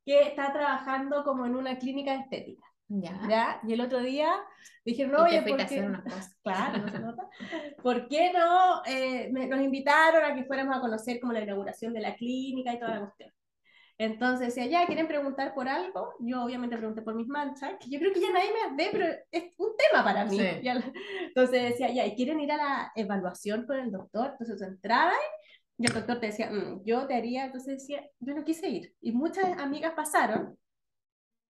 S2: que está trabajando como en una clínica de estética,
S1: Ya.
S2: ¿ya? Y el otro día dijeron,
S1: Y te
S2: oye,
S1: fuiste a
S2: porque-
S1: hacer unas cosas.
S2: Claro, no se nota. ¿Por qué no? eh, me- nos invitaron a que fuéramos a conocer como la inauguración de la clínica y toda la cuestión. Entonces decía, ya, ¿quieren preguntar por algo? Yo obviamente pregunté por mis manchas, que yo creo que ya nadie me las ve, pero es un tema para mí.
S1: Sí.
S2: <laughs> Ya la- entonces decía, ya, ¿y quieren ir a la evaluación con el doctor? Entonces tú entrabas y el doctor te decía, "Mm, yo te haría, entonces decía, yo no quise ir. Y muchas amigas pasaron,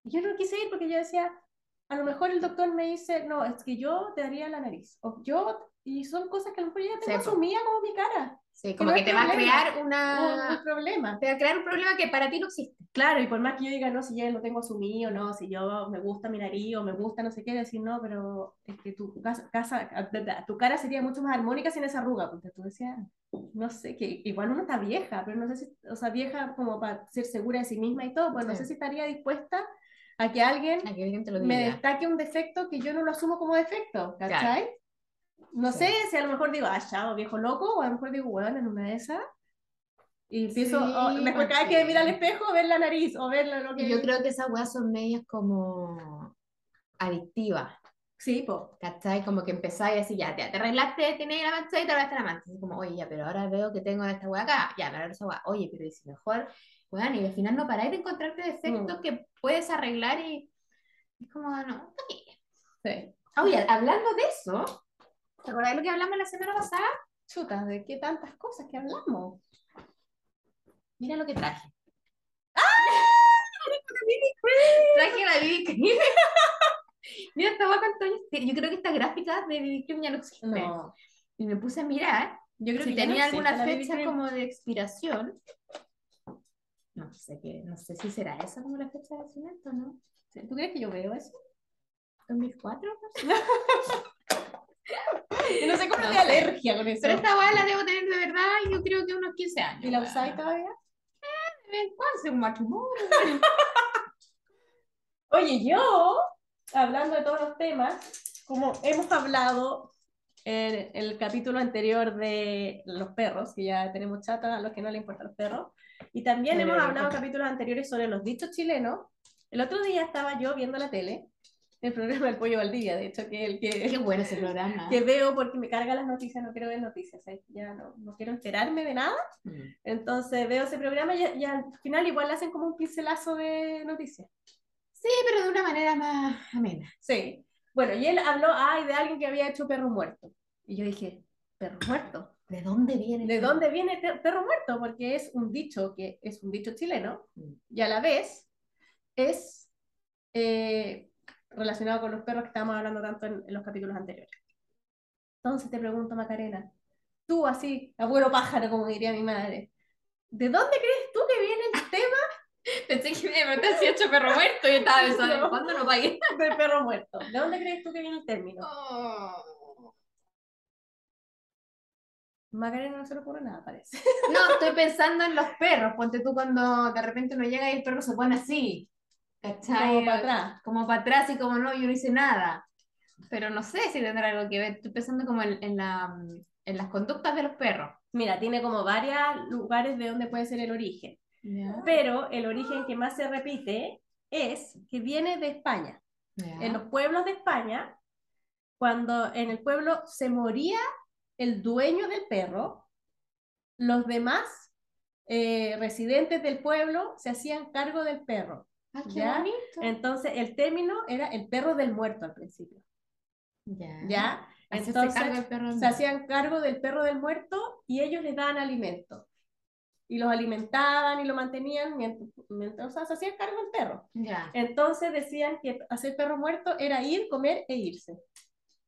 S2: y yo no quise ir porque yo decía, a lo mejor el doctor me dice, no, es que yo te haría la nariz, o yo, y son cosas que a lo mejor yo ya tengo
S1: Sí, po.
S2: asumida como mi cara,
S1: Sí, como
S2: no
S1: que
S2: hay
S1: te va a
S2: problema. Ah.
S1: crear
S2: un,
S1: una...
S2: un problema.
S1: Te va a crear un problema que para ti no existe.
S2: Claro, y por más que yo diga, no, si yo lo tengo asumido, no, si yo me gusta mi nariz o me gusta no sé qué, decir, no, pero es que tu, casa, casa- tu cara sería mucho más armónica sin esa arruga, porque tú decías, no sé, que igual uno está vieja, pero no sé si, o sea, vieja como para ser segura de sí misma y todo, pues no
S1: Sí.
S2: sé si estaría dispuesta a que alguien
S1: Ay, que alguien te lo
S2: me
S1: diga.
S2: destaque un defecto que yo no lo asumo como defecto, ¿cachai? No
S1: Sí.
S2: sé si a lo mejor digo, ah, chao, viejo loco, o a lo mejor digo, bueno, en una de esas. Y empiezo,
S1: Sí,
S2: o- después cada vez que
S1: porque-
S2: mira al espejo, ver la nariz, o ver lo que...
S1: Y Yo creo que esas weas son medias como adictivas,
S2: Sí, po.
S1: ¿cachai? Como que empezáis a decir, ya, ya, te arreglaste, tenés la mancha y te arreglaste la mancha. Así como, oye, ya, pero ahora veo que tengo esta wea acá, ya, me arreglo esa wea. Oye, pero y si mejor, weón, y al final no paráis de encontrarte defectos que puedes arreglar y es como, no, ¿pa' qué?
S2: Sí.
S1: Oye, hablando de eso, ¿te acordás de lo que hablamos la semana pasada?
S2: Chuta, ¿de qué tantas cosas que hablamos?
S1: Mira lo que traje. ¡Ah! <laughs> Traje la BB Cream. <laughs> Mira esta guapa, Antonio. Yo creo que esta gráfica de BB Cream ya no existe.
S2: No.
S1: Y me puse a mirar. Yo creo
S2: Sí,
S1: que
S2: ya no
S1: tenía
S2: existe
S1: alguna
S2: la BB
S1: fecha
S2: Cream.
S1: como de expiración. No sé qué, no sé si será esa como la fecha de vencimiento, ¿no?
S2: ¿Tú crees que yo veo eso?
S1: ¿2004?
S2: <laughs> Yo no sé cómo
S1: No
S2: tengo
S1: sé.
S2: alergia con eso.
S1: Pero esta guapa la debo tener de verdad, yo creo que unos 15 años.
S2: ¿Y la usáis todavía?
S1: ¿Cuál es un matrimonio?
S2: Oye, yo, hablando de todos los temas, como hemos hablado en el capítulo anterior de los perros, que ya tenemos chata a los que no les importan los perros, y también
S1: Pero
S2: hemos
S1: le
S2: hablado en
S1: importa.
S2: capítulos anteriores sobre los dichos chilenos. El otro día estaba yo viendo la tele, el programa del Pollo Valdivia, de hecho, que es el
S1: Qué
S2: que,
S1: bueno ese programa.
S2: que veo porque me carga las noticias, no quiero ver noticias, ¿sabes? ya no, no quiero enterarme de nada.
S1: Mm.
S2: Entonces veo ese programa y, y al final igual le hacen como un pincelazo de noticias.
S1: Sí, pero de una manera más amena.
S2: Sí. Bueno, y él habló, ay, de alguien que había hecho perro muerto. Y yo dije, perro muerto.
S1: ¿De dónde viene?
S2: ¿De dónde viene te- perro muerto? Porque es un dicho que es un dicho chileno
S1: Mm.
S2: y a la vez es eh, relacionado con los perros que estábamos hablando tanto en, en los capítulos anteriores. Entonces te pregunto, Macarena, tú así, abuelo pájaro, como diría mi madre, ¿de dónde crees tú que viene el tema?
S1: Pensé que me preguntaste si he hecho perro muerto y estaba pensando,
S2: No.
S1: ¿cuándo <laughs> no pagué?
S2: del perro muerto. ¿De dónde crees tú que viene el término? Macarena no se le ocurre nada, parece.
S1: No, estoy pensando en los perros. Ponte tú cuando de repente uno llega y el perro se pone así. ¿Cachai?
S2: Como para atrás.
S1: Como para atrás y como no, yo no hice nada. Pero no sé si tendrá algo que ver. Estoy pensando como en, en la, en las conductas de los perros.
S2: Mira, tiene como varios lugares de donde puede ser el origen,
S1: Ya.
S2: pero el origen que más se repite es que viene de España. En los pueblos de España, cuando en el pueblo se moría el dueño del perro, los demás eh, residentes del pueblo se hacían cargo del perro.
S1: Ay, qué
S2: ¿Ya?
S1: bonito.
S2: Entonces, el término era el perro del muerto al principio,
S1: Ya.
S2: ¿ya?
S1: Ah. Hacerse
S2: Entonces,
S1: cargo del perro del
S2: se
S1: muerto.
S2: hacían cargo del perro del muerto y ellos les daban alimento. Y los alimentaban y lo mantenían mientras, mientras o sea, se hacían cargo del perro.
S1: Ya.
S2: Entonces decían que hacer perro muerto era ir, comer e irse.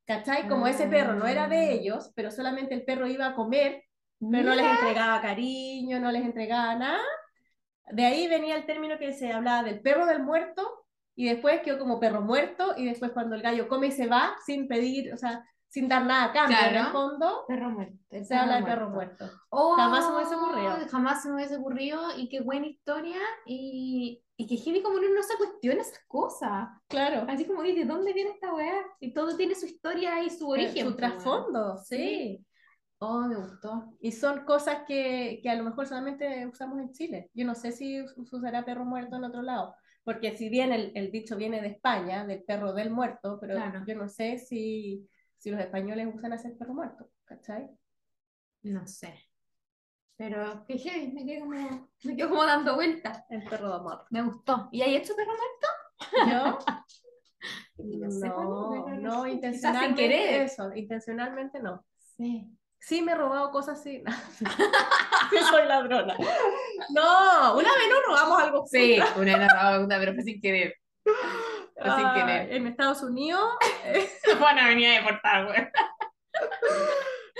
S2: ¿Cachai? Como ese perro no era de ellos, pero solamente el perro iba a comer, pero no les entregaba cariño, no les entregaba nada. De ahí venía el término que se hablaba del perro del muerto y después quedó como perro muerto y después cuando el gallo come y se va sin pedir, o sea, sin dar nada a cambio, en el
S1: Claro.
S2: fondo
S1: Perro muerto. el
S2: se habla de perro muerto. Jamás se me hubiese
S1: Oh,
S2: ocurrido.
S1: Jamás se me hubiese ocurrido y qué buena historia y, y que Heavy como uno no se cuestiona esas cosas.
S2: Claro.
S1: Así como que de dónde viene esta weá y todo tiene su historia y su origen.
S2: Eh, Su
S1: pues, weón.
S2: trasfondo, sí.
S1: Sí. Oh, me gustó.
S2: Y son cosas que, que a lo mejor solamente usamos en Chile. Yo no sé si us- se usará perro muerto en otro lado, porque si bien el, el dicho viene de España, del perro del muerto, pero
S1: Claro.
S2: yo no sé si, si los españoles usan hacer perro muerto, ¿cachai?
S1: No sé. Pero que Heavy, me quedo como, me quedo como dando vueltas.
S2: El perro de amor.
S1: Me gustó. ¿Y hay hecho perro muerto?
S2: ¿Yo?
S1: pues, No sé,
S2: No,
S1: bueno,
S2: no,
S1: sé. Quizás sin
S2: intencionalmente
S1: querer.
S2: eso, intencionalmente no.
S1: Sí.
S2: Sí me he robado cosas <laughs> así. sí soy ladrona. No, una vez nos robamos algo.
S1: Sí, <laughs> una vez la pregunta, pero fue sin
S2: <laughs>
S1: querer. Fue sin
S2: Ah,
S1: querer.
S2: en Estados Unidos
S1: Bueno, venía a deportar, weón.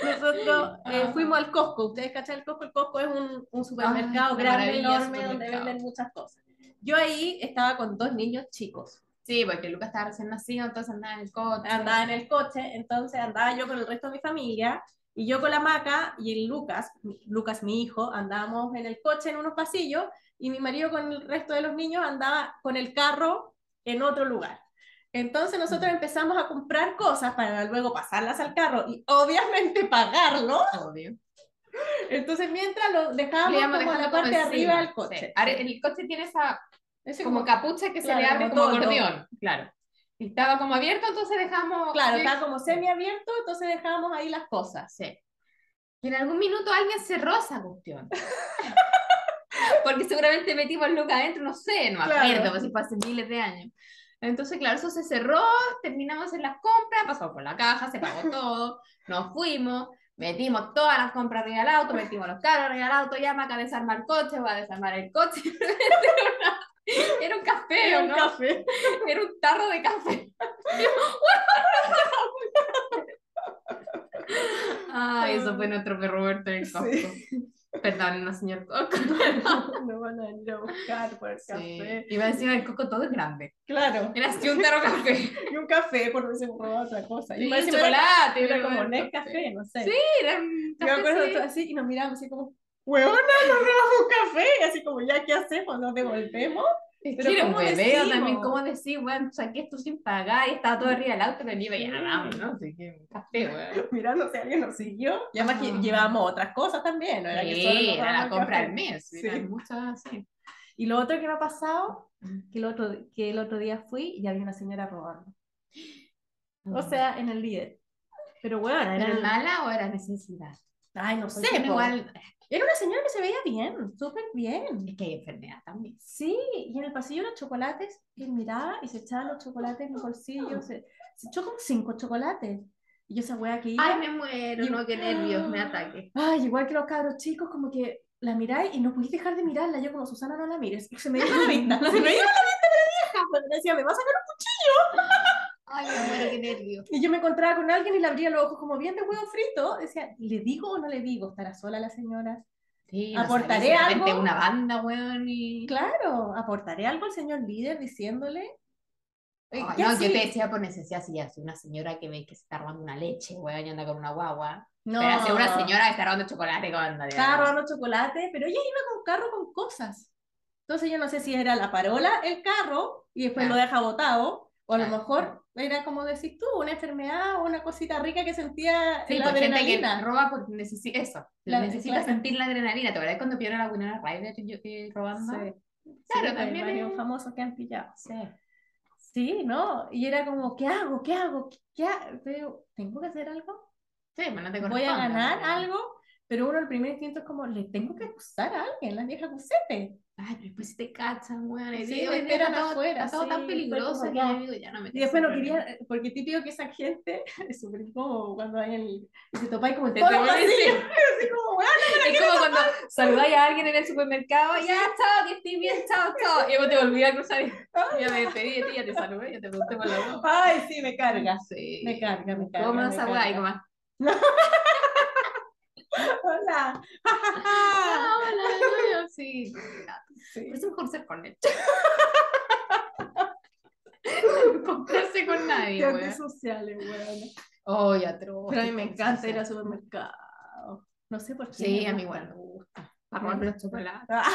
S2: Nosotros eh,
S1: Ah.
S2: fuimos al Costco. Ustedes cachan el Costco. El Costco es un, un supermercado
S1: una
S2: grande,
S1: maravilla de
S2: Ah, enorme, donde
S1: supermercado.
S2: venden muchas cosas. Yo ahí estaba con dos niños chicos.
S1: Sí, porque Lucas estaba recién nacido, entonces andaba en el coche.
S2: Andaba en el coche, entonces andaba yo con el resto de mi familia y yo con la maca y el Lucas, mi- Lucas mi hijo, andábamos en el coche en unos pasillos y mi marido con el resto de los niños andaba con el carro en otro lugar. Entonces nosotros empezamos a comprar cosas para luego pasarlas al carro y obviamente pagarlo.
S1: Obvio.
S2: Entonces, mientras lo
S1: Le
S2: dejábamos
S1: íbamos
S2: como en
S1: dejando
S2: la parte de
S1: como
S2: arriba
S1: encima,
S2: del coche.
S1: sí. Ahora, El coche tiene esa
S2: Ese
S1: como
S2: como-
S1: capucha que se
S2: Claro,
S1: le abre
S2: como
S1: como
S2: todo,
S1: acordeón. Claro. Y estaba como abierto, entonces dejamos.
S2: claro,
S1: sí.
S2: estaba como semiabierto, entonces dejábamos ahí las cosas.
S1: Sí. Y en algún minuto alguien cerró esa
S2: <laughs>
S1: cuestión. Porque seguramente metimos el Lucas adentro, no sé, no me
S2: Claro.
S1: acuerdo, pues si fue hace miles de años. Entonces, claro, eso se cerró, terminamos en las compras, pasó por la caja, se pagó todo, nos fuimos, metimos todas las compras arriba del auto, metimos los carros arriba del auto, ya Maca desarma el coche, va a desarmar el coche. <laughs> era, una- era un café,
S2: Era
S1: ¿o
S2: un
S1: ¿no?
S2: café.
S1: Era un tarro
S2: <laughs>
S1: de café. Ay, eso
S2: Ah.
S1: fue nuestro perro muerto en el Costco. Perdón, no, señor Costco.
S2: <laughs> Nos van a ir a buscar por el café.
S1: Iba a decir, el Costco todo es grande.
S2: Claro.
S1: Era así un tarro de
S2: <laughs>
S1: café.
S2: Y un café, por no se robado otra cosa.
S1: Y
S2: Y parece era,
S1: chocolate.
S2: era
S1: pero
S2: como
S1: bueno,
S2: Nescafé, no sé.
S1: Sí, era un
S2: Yo me acuerdo
S1: café, sí.
S2: nosotros así y nos miramos así como, huevona, nos robamos un café. Y así como, ¿ya qué hacemos? ¿Nos devolvemos? <laughs>
S1: Es
S2: Pero
S1: que era un
S2: ¿cómo
S1: bebé, o
S2: decimos?
S1: también, ¿cómo decir, weón, saqué esto sin pagar y estaba todo arriba del auto, pero ni iba ya, vamos, ¿no? Así que un café, weón.
S2: Mirando si alguien nos siguió. Y además que
S1: Ah.
S2: llevábamos otras cosas también, ¿no? Era que solo nos
S1: Sí, era
S2: robamos
S1: la
S2: el
S1: compra
S2: café.
S1: del mes,
S2: Sí.
S1: eran muchas, sí.
S2: Y lo otro que me ha pasado, que el otro, que el otro día fui y había una señora robando. O sea, en el líder. Pero bueno, era
S1: ¿Era mala o era necesidad?
S2: Ay, no
S1: No
S2: sé, po.
S1: igual,
S2: Era una señora que se veía bien, súper bien.
S1: es que hay enfermedad también.
S2: Sí, y en el pasillo los chocolates, y miraba y se echaba los chocolates en el bolsillo. Se, se echó como cinco chocolates. Y yo esa wea que iba.
S1: Ay, me muero, no, qué nervios, me ataque.
S2: Ay, igual que los cabros chicos, como que la miráis y no podéis dejar de mirarla. Yo como, Susana, no la mires. Y se me iba la vista, se me iba la vista de la vieja. Cuando me decía, me vas a sacar un
S1: Ay, me muero, qué nervios.
S2: Y yo me encontraba con alguien y le abría los ojos como bien de huevo frito. Decía, ¿le digo o no le digo? ¿Estará sola la señora?
S1: Sí,
S2: ¿Aportaré
S1: no sé, de repente
S2: algo?
S1: una banda, weón, y...
S2: Claro, ¿aportaré algo al señor líder diciéndole? Eh,
S1: Ay,
S2: ya
S1: no,
S2: sí.
S1: yo te decía por necesidad, si ya es una señora que ve que se está robando una leche, weón, y anda con una guagua.
S2: No,
S1: Pero hace una señora que está robando chocolate con anda de-
S2: Estaba robando chocolate, pero ella iba con carro con cosas. Entonces yo no sé si era la parola, el carro, y después
S1: Claro.
S2: lo deja botado, o a lo
S1: Claro.
S2: mejor era como decís tú, una enfermedad o una cosita rica que sentía
S1: Sí,
S2: la
S1: pues, gente que
S2: adrenalina.
S1: roba porque necesita eso.
S2: La-
S1: necesita
S2: claro.
S1: sentir la adrenalina. ¿Te acuerdas cuando vieron a la Winona Ryder y yo- y robando?
S2: Sí.
S1: Claro,
S2: Sí,
S1: también
S2: Hay
S1: es-
S2: varios famosos que han pillado.
S1: Sí.
S2: Sí, ¿no? Y era como, ¿qué hago? ¿Qué hago? ¿Qué ha- Pero, ¿tengo que hacer algo?
S1: Sí, bueno, no te
S2: ¿Voy a
S1: corresponde,
S2: ganar
S1: weón.
S2: algo? Pero uno, el primer instinto es como, le tengo que acusar a alguien, la vieja acusete.
S1: Ay, pero después si te cachan, weón. y
S2: Sí,
S1: digo,
S2: me
S1: mira,
S2: esperan
S1: está todo-
S2: afuera,
S1: Está todo
S2: sí,
S1: tan
S2: fue
S1: peligroso
S2: como
S1: que
S2: ya.
S1: yo digo, ya no me
S2: Y después no
S1: tengo problema.
S2: quería, eh, porque típico que esa gente <laughs> es súper incómodo cuando hay el. y se topáis como en
S1: Te
S2: todos
S1: te
S2: los
S1: voy a
S2: pasillos,
S1: decir.
S2: <laughs> así como, "Weón".
S1: Es como cuando saludáis a alguien en el supermercado, ya, chao, que estés bien, chao, chao. Y vos te volví a cruzar y ya me despedí de ti, ya te saludé, ya te pregunté por la voz.
S2: Ay, sí, me carga.
S1: Sí.
S2: Me carga, me carga.
S1: Coma
S2: me
S1: esa
S2: carga.
S1: weá y coma.
S2: <laughs> Hola. <laughs>
S1: Ah, hola, yo, sí.
S2: Sí.
S1: Por eso mejor ser con él. <laughs> Comprarse con nadie,
S2: Redes
S1: weón.
S2: sociales, weón.
S1: Ay, atroz.
S2: Pero a mí me encanta ir al supermercado. No sé por qué.
S1: Sí,
S2: me
S1: a mí
S2: gusta.
S1: igual me gusta.
S2: A mí
S1: Para
S2: me
S1: los
S2: gusta.
S1: chocolates.
S2: Ah,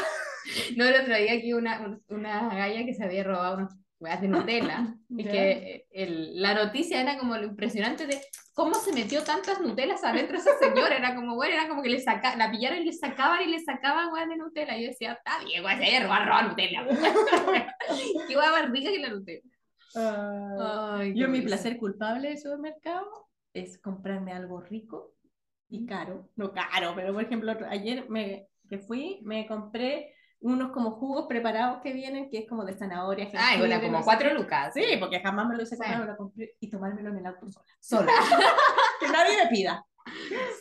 S1: <laughs> No, el otro día aquí una, un- una galla que se había robado unas weas de Nutella. y
S2: Ya.
S1: que el- la noticia era como lo impresionante de cómo se metió tantas Nutelas adentro esa señora. Era como, bueno, era como que le saca, la pillaron y le sacaban y le sacaban weas de Nutella. Y yo decía, está bien, wea, se había robado, robado Nutella. wea". <laughs> Qué wea más rica que la Nutella.
S2: ah.
S1: Ay, qué
S2: Yo, mi
S1: risa.
S2: placer culpable del supermercado es comprarme algo rico y caro. No caro, pero por ejemplo, ayer me, que fui, me compré unos como jugos preparados que vienen, que es como de zanahoria.
S1: Ay,
S2: jengibre,
S1: bueno, Ah, como
S2: no sé
S1: cuatro lucas.
S2: Sí, porque jamás me lo hice
S1: Sí.
S2: comprar, me lo compré y tomármelo en el auto sola.
S1: Sola.
S2: Que nadie me pida.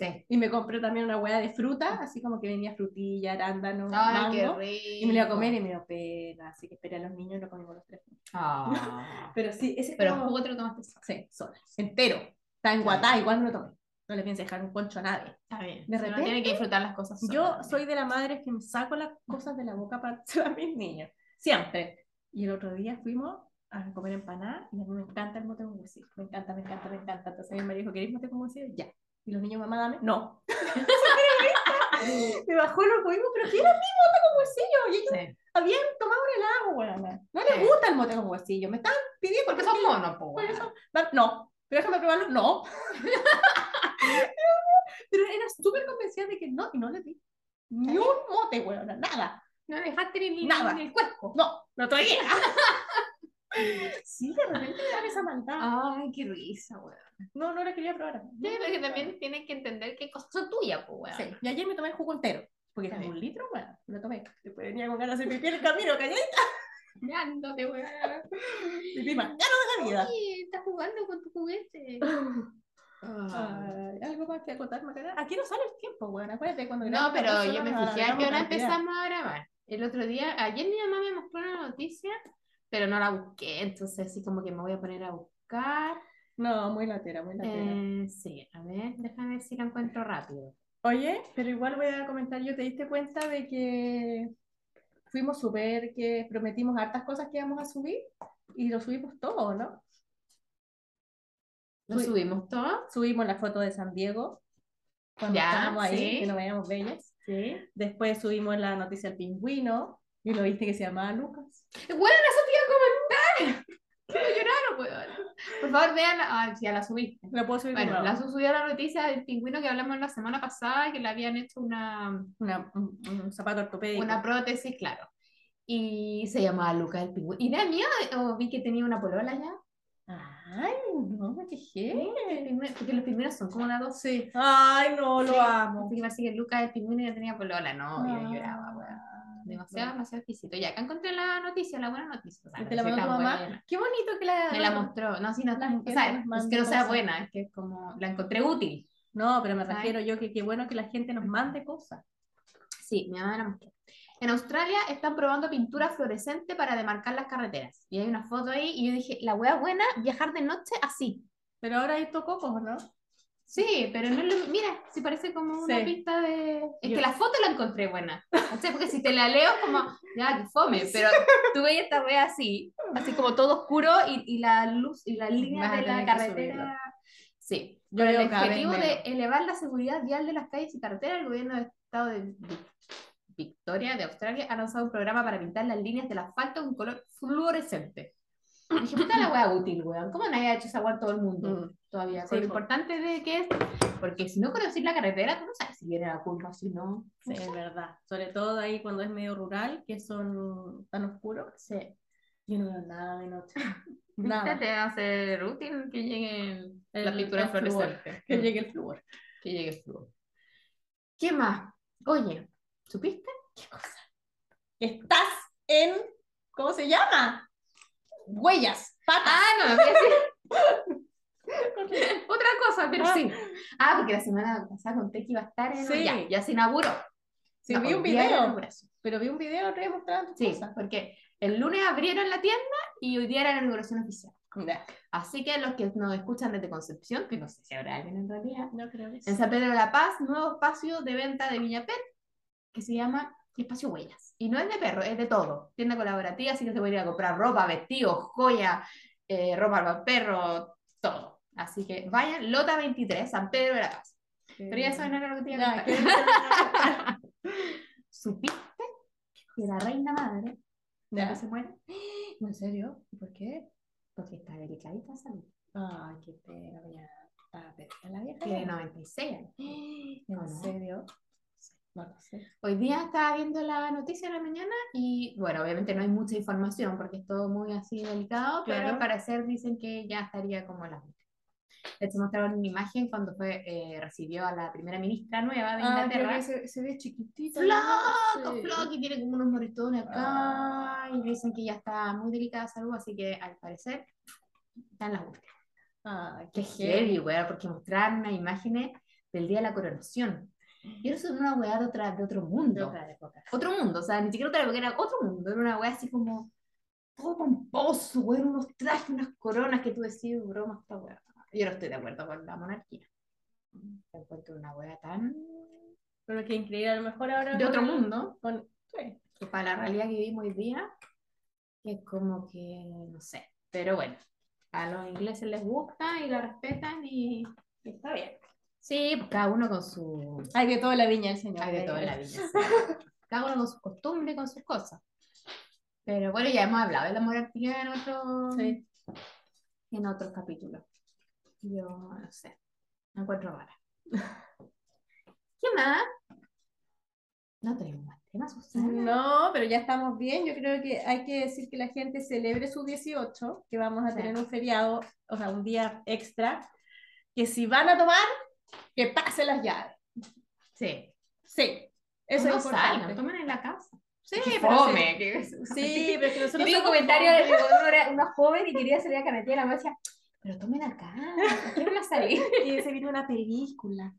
S1: Sí.
S2: Y me compré también una hueá de fruta, así como que venía frutilla, arándano,
S1: Ay, qué
S2: mango.
S1: rico.
S2: Y me la iba a comer y me dio pena, así que esperé a los niños y lo comimos los tres.
S1: Ah.
S2: <laughs> Pero sí, ese es
S1: Pero el
S2: como-
S1: jugo te lo tomaste sola.
S2: Sí, sola, entero. Está en Guatá, igual no lo tomé. No le pienso dejar un concho a nadie.
S1: Está bien.
S2: De
S1: Si uno
S2: repente,
S1: tiene que disfrutar las cosas sola
S2: Yo
S1: también.
S2: soy de la madre que me saco las cosas de la boca para <laughs> hacer a mis niños. Siempre. Y el otro día fuimos a comer empanada y a mí me encanta el mote con huesillo. Me encanta, me encanta, me encanta. Entonces mi marido dijo, ¿queréis mote con huesillo? Ya. Y los niños, mamá, dame. No. <laughs> me bajó los huevos, pero ¿quién era mi mote con huesillo? Y ellos
S1: Sí.
S2: habían tomado un helado, weona. No
S1: Sí.
S2: les gusta el mote con huesillo. Me estaban pidiendo
S1: Porque son monos, po,
S2: por
S1: weón.
S2: eso, va- no, pero déjame probarlo, no. <laughs> pero era súper convencida de que no, y no le di. Ni un mote, weón, nada.
S1: No dejaste ni, ni-
S2: Nada.
S1: ni el cuerpo.
S2: No, no
S1: <laughs>
S2: traía. sí, de repente me da esa maldad.
S1: Ay, qué risa, weón.
S2: No, no la quería probar.
S1: Ah. Sí, porque también tienen que entender que cosas son tuyas, pues, weón.
S2: Sí, y ayer me tomé el jugo entero. Porque
S1: Está
S2: era
S1: bien.
S2: un litro, weón, me lo tomé. Después venía con ganas de pipí en el camino, calladita.
S1: Mirándote, weón.
S2: Pipí más caro de la vida.
S1: Oye, estás jugando con tu juguete. Ah.
S2: Ay, ¿Algo más que acotar, Macarena? Aquí no sale el tiempo, weón. Acuérdate cuando
S1: No,
S2: grabamos
S1: pero
S2: nosotros
S1: yo me
S2: nos
S1: fijé a qué hora
S2: alargamos cantidad.
S1: empezamos a grabar. El otro día, ayer mi mamá me mostró una noticia, pero no la busqué, entonces así como que me voy a poner a buscar.
S2: No, muy latera, muy latera.
S1: Eh, sí, a ver, déjame ver si la encuentro rápido.
S2: Oye, pero igual voy a comentar, yo te diste cuenta de que fuimos súper, que prometimos hartas cosas que íbamos a subir y lo subimos todo, ¿no?
S1: ¿Lo
S2: Uy.
S1: subimos todo?
S2: Subimos la foto de San Diego cuando
S1: Ya,
S2: estábamos ahí,
S1: sí.
S2: que nos veíamos bellas.
S1: Sí.
S2: Después subimos la noticia del pingüino y lo viste que se llamaba Lucas.
S1: Bueno, eso te iba a comentar. Me lloraron, weón. Por favor, vean. Ah, ya la subí.
S2: ¿Lo puedo subir de
S1: Bueno,
S2: nuevo?
S1: la su- subió la noticia del pingüino que hablamos la semana pasada, que le habían hecho una,
S2: Una- un, un zapato ortopédico.
S1: una prótesis, claro. Y se llamaba Lucas el pingüino. Idea mía, o vi que tenía una polola ya. ¿Eh?
S2: Ay, no, me quejé.
S1: El pingüino- Porque los pingüinos son como una dos.
S2: Sí. Ay, no, lo
S1: Sí.
S2: amo.
S1: Así que parece que Lucas el pingüino ya tenía polola. No, yo
S2: Ah,
S1: lloraba, weón. Demasiado,
S2: bueno.
S1: demasiado exquisito. Ya acá encontré la noticia, la buena noticia. O sea,
S2: ¿Te la
S1: no sé
S2: mandó tu
S1: tan
S2: mamá?
S1: buena.
S2: Qué bonito que la
S1: Me la mostró. No, sí, no,
S2: Las
S1: o
S2: que
S1: sea,
S2: nos
S1: no
S2: mandan
S1: es que no sea
S2: cosas.
S1: buena, es que como la encontré útil.
S2: No, pero me
S1: ¿Sabes?
S2: refiero yo que qué bueno que la gente nos mande cosas.
S1: Sí, mi mamá me la mostró. En Australia están probando pintura fluorescente para demarcar las carreteras. Y hay una foto ahí y yo dije, la wea buena, viajar de noche así.
S2: Pero ahora hay estos cocos, ¿no?
S1: Sí, pero no lo, mira, si parece como una
S2: Sí.
S1: pista de... Es
S2: Yo-
S1: que la foto la encontré buena. O sea, porque si te la leo es como, ya, que fome, pero tú veías esta wea así, así como todo oscuro y, y la luz y la línea
S2: Vas a
S1: de la
S2: tener que subirlo.
S1: carretera. Sí,
S2: Yo
S1: Con el
S2: veo cada vez
S1: objetivo de
S2: menos.
S1: elevar la seguridad vial de las calles y carreteras, el gobierno del estado de Vic- Victoria, de Australia, ha lanzado un programa para pintar las líneas del asfalto con color fluorescente. Y dije, puta la wea útil, weón. ¿Cómo no haya hecho esa wea todo el mundo
S2: Mm.
S1: todavía?
S2: Sí,
S1: Con lo
S2: po.
S1: importante de que es, porque si no conocís la carretera, tú no sabes si viene la curva, si no.
S2: Sí, es verdad. Sobre todo ahí cuando es medio rural, que son tan oscuros.
S1: Sí.
S2: Yo no veo nada de noche.
S1: Viste,
S2: Nada.
S1: te va a ser útil que llegue el- la
S2: El-
S1: pintura
S2: el flúor.
S1: fluorescente.
S2: Que llegue el flúor.
S1: Que llegue el flúor. ¿Qué más? Oye, ¿supiste?
S2: Estás en, ¿cómo se llama? Huellas, patas.
S1: Ah, no, me voy a decir- Otra cosa, pero
S2: Ah.
S1: sí. Ah, porque la semana pasada conté que iba a estar en.
S2: Sí.
S1: Ya, ya se inauguró.
S2: Sí,
S1: No,
S2: vi un
S1: hoy día era la
S2: video,
S1: inauguración.
S2: pero vi un video re mostrando tus
S1: Sí,
S2: cosas.
S1: porque el lunes abrieron la tienda y hoy día era la inauguración oficial.
S2: Ya,
S1: Así que los que nos escuchan desde Concepción, que no sé si habrá alguien en realidad,
S2: no creo que
S1: en San Pedro de la Paz, nuevo espacio de venta de Viñapel, que se llama Espacio Huellas. Y no es de perro, es de todo. Tienda colaborativa, así que se puede ir a comprar ropa, vestidos, joya, eh, ropa para perro, todo. Así que vayan, Lota 23, San Pedro de la Paz. Pero ya saben ahora lo que tienen
S2: Ya, que-
S1: ¿Supiste que la reina madre
S2: Ya.
S1: <laughs> cuando se muere?
S2: ¿En serio? ¿Por qué?
S1: Porque está delicadita esa niña.
S2: Ay, qué pena, ya. Está pena la vieja.
S1: Tiene 96 años. No,
S2: ¿En
S1: no.
S2: serio? No lo sé.
S1: Hoy día estaba viendo la noticia de la mañana y, bueno, obviamente no hay mucha información porque es todo muy así delicado, pero
S2: Claro.
S1: al parecer dicen que ya estaría como la muerte. De hecho, mostraron una imagen cuando fue, eh, recibió a la primera ministra nueva de
S2: Ah, creo
S1: Inglaterra.
S2: que se, se ve chiquitita.
S1: Flaco,
S2: sí.
S1: flaco, y tiene como unos moretones acá
S2: Ah.
S1: y dicen que ya está muy delicada de salud, así que al parecer están las últimas.
S2: Ah,
S1: Qué heavy, weá, porque mostraron unas imágenes del día de la coronación. Y eso era una weá de, otra, de otro
S2: De
S1: mundo.
S2: otra época.
S1: Otro mundo, o sea, ni siquiera otra época, era otro mundo. Era una weá así como todo pomposo, weón, unos trajes, unas coronas que tú decís, broma, esta weá. Yo no estoy de acuerdo con la monarquía. Me encuentro una weá tan
S2: Pero qué increíble, a lo mejor ahora.
S1: de otro mundo.
S2: Con... Sí.
S1: que para la realidad que vivimos hoy día, que es como que, no sé, pero bueno, a los ingleses les gusta y la respetan y, y está bien. Sí, pues cada uno con su...
S2: Hay de todo en la viña, el señor.
S1: Hay de todo en la vida. sí. <laughs> Cada uno con sus costumbres, con sus cosas. Pero bueno, ya hemos hablado de la monarquía en otro,
S2: Sí.
S1: en otros capítulos. Yo no sé, me encuentro rara. <laughs> ¿Qué más? No tenemos más temas, Susana.
S2: No, pero ya estamos bien. Yo creo que hay que decir que la gente celebre su 18, que vamos a
S1: Sí.
S2: tener un feriado, o sea, un día extra. Que si van a tomar, que pasen las llaves.
S1: Sí.
S2: Sí, eso
S1: no
S2: es importante.
S1: salgan, tomen en la casa.
S2: sí,
S1: Qué
S2: pero
S1: fome,
S2: sí.
S1: que-
S2: Sí, pero es que
S1: Yo
S2: nosotros
S1: vi un
S2: somos
S1: comentario
S2: fome.
S1: de una, una joven y quería salir a carretera, me decía, pero tomen <laughs> acá, ¿por qué van a <laughs> salir?
S2: que se vino una película.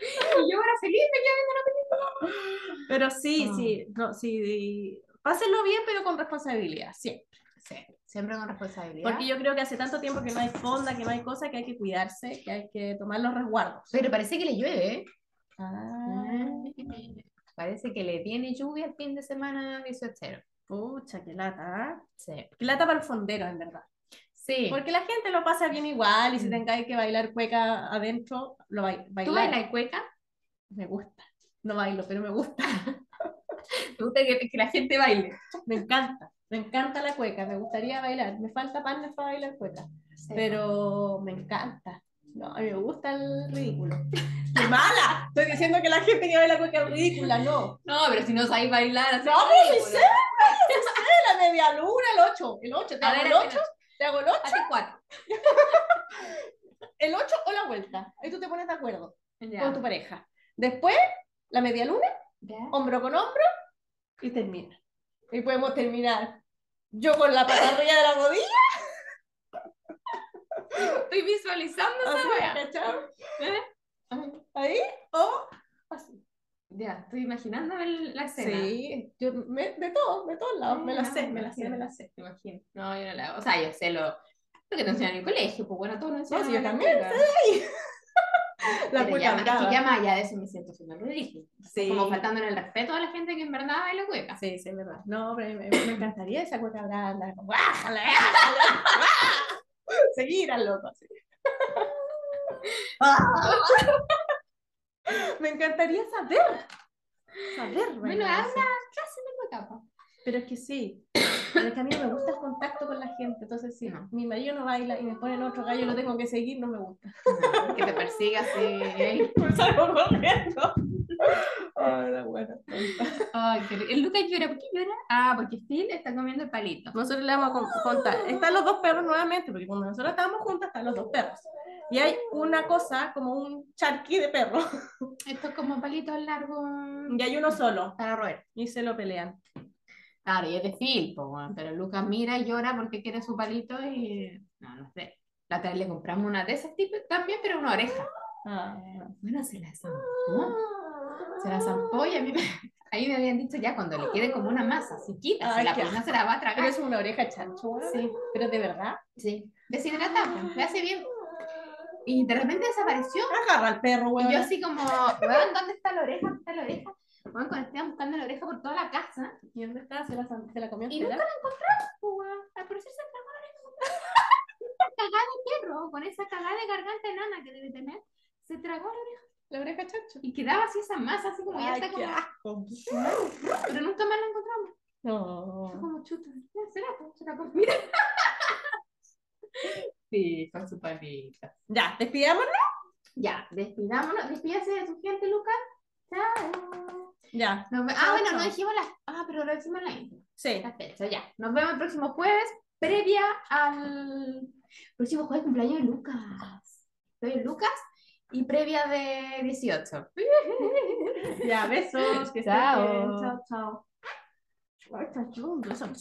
S1: Y yo era feliz, me quedé
S2: Pero sí,
S1: Ah.
S2: sí, no, sí, y- pásenlo bien, pero con responsabilidad, sí.
S1: Sí, siempre con responsabilidad.
S2: Porque yo creo que hace tanto tiempo que no hay fonda, que no hay cosas, que hay que cuidarse, que hay que tomar los resguardos.
S1: Pero parece que le llueve, ¿eh?
S2: Ah,
S1: Parece que le tiene lluvia el fin de semana 18.
S2: pucha, qué lata, ¿ah?
S1: Sí.
S2: Qué lata para el fondero, en verdad.
S1: Sí.
S2: Porque la gente lo pasa bien igual y si
S1: Mm.
S2: tengáis que bailar cueca adentro, lo bail
S1: ¿Tú bailas cueca?
S2: Me gusta. No bailo, pero me gusta.
S1: ¿Te gusta que, que la gente baile?
S2: Me encanta. Me encanta la cueca. Me gustaría bailar. Me falta partner para bailar cueca.
S1: Este,
S2: pero me encanta. No, a mí me gusta el ridículo. ¡Qué mala! Estoy diciendo que la gente que baila cueca es ridícula, no.
S1: No, pero si no sabes bailar, así
S2: No,
S1: es
S2: pero sí
S1: ridículo.
S2: sé, La media luna, el 8, el 8, ¿te
S1: A
S2: hago
S1: ver,
S2: el 8? ¿Te hago el 8?
S1: a ti cuatro.
S2: ¿El 8 o la vuelta? Ahí tú te pones de acuerdo con tu
S1: Ya.
S2: pareja. Después, la media luna,
S1: Ya.
S2: hombro con hombro, y termina. Y podemos terminar yo con la pata arriba de la
S1: <laughs>
S2: rodilla,
S1: Estoy visualizando
S2: así,
S1: esa wea.
S2: ¿cachai?
S1: ¿Eh?
S2: Ahí, o así.
S1: Ya, estoy imaginando el- la escena.
S2: Sí, yo me- de todo, de todos lados, me la sé, me la sé, me la sé.
S1: Mm, Me imagino. No, yo no la hago. O sea, yo sé lo, lo que te enseñan en el colegio, pues bueno, todos nos
S2: No,
S1: enseñan.
S2: sí, yo
S1: la
S2: también,
S1: cueca.
S2: La
S1: Pero
S2: cueca
S1: ya, más- es
S2: brava.
S1: que ya más allá de eso me siento súper ridícula.
S2: Sí.
S1: Como faltando en el respeto a la gente que en verdad baila cueca.
S2: Sí, sí, es verdad. No, pero me, me encantaría esa cueca brava. andar como, ¡guájala, guájala, guá! Seguir al loco. así. Ah. Me encantaría saber. Saber,
S1: Bueno,
S2: bailar
S1: anda,
S2: así.
S1: casi me cueca. po.
S2: Pero es que sí. Pero es que a mí no me gusta el contacto con la gente. Entonces, si
S1: No.
S2: mi marido no baila y me ponen otro gallo, lo tengo que seguir, no me gusta. <laughs>
S1: No, que te persigas. eh.
S2: Me salgo corriendo. Ay, Ah, la buena tonta.
S1: Ay, qué rico. El Lucas llora. ¿Por qué llora? Ah, porque Phil está comiendo el palito.
S2: Nosotros le vamos a con- contar. Están los dos perros nuevamente, porque cuando nosotros estábamos juntas, están los dos perros. Y hay una cosa como un charqui de perro. <laughs>
S1: Esto es como palitos largos
S2: Y hay uno solo.
S1: para roer.
S2: Y se lo pelean.
S1: Claro, y es de Phil, po, weón, pero Lucas mira y llora porque quiere su palito y... No, no sé. La otra vez le compramos una de esas tipo también, pero una oreja.
S2: Ah.
S1: Bueno, se la zampó. Se la zampó y a mí me... Ahí me habían dicho ya cuando le quede como una masa, así
S2: Ay,
S1: quítasela,
S2: qué
S1: pues no se la va a
S2: Pero
S1: tragar.
S2: es una oreja chancho.
S1: Sí,
S2: Pero de verdad.
S1: sí. Deshidrata, pues, le hace bien. Y de repente desapareció.
S2: Agarra al perro,
S1: Y
S2: weón.
S1: yo así como, weón, ¿dónde está la oreja? ¿Dónde está la oreja? Weón, cuando estaban buscando la oreja por toda la casa,
S2: ¿Y dónde está? Se la, se la comió
S1: Y
S2: entera.
S1: pues, weón, al parecer se tragó la oreja. cagada de perro, con esa cagada de garganta enana que debe tener, se tragó la oreja.
S2: La oreja chancho.
S1: Y quedaba así esa masa, así como
S2: Ay,
S1: ya está
S2: qué asco.
S1: como, pero nunca más la encontramos. Fue
S2: No.
S1: como chuta, ya, será, pues, será <laughs> comida. Sí, con su palita.
S2: Ya, despidámonos.
S1: Ya, despidámonos, despídase de su gente, Lucas. Chao.
S2: Ya,
S1: Nos ve- ah,
S2: Chao,
S1: bueno,
S2: chao.
S1: no dijimos la. Ah, pero lo decimos en la intro.
S2: <laughs> sí.
S1: La fecha, ya. Nos vemos el próximo jueves, previa al. Próximo jueves, cumpleaños de Lucas. Soy el Lucas y previa
S2: <laughs>
S1: de 18.
S2: Ya, besos. Que
S1: Chao.
S2: estén bien. Chao, chao. Ay, está chulo.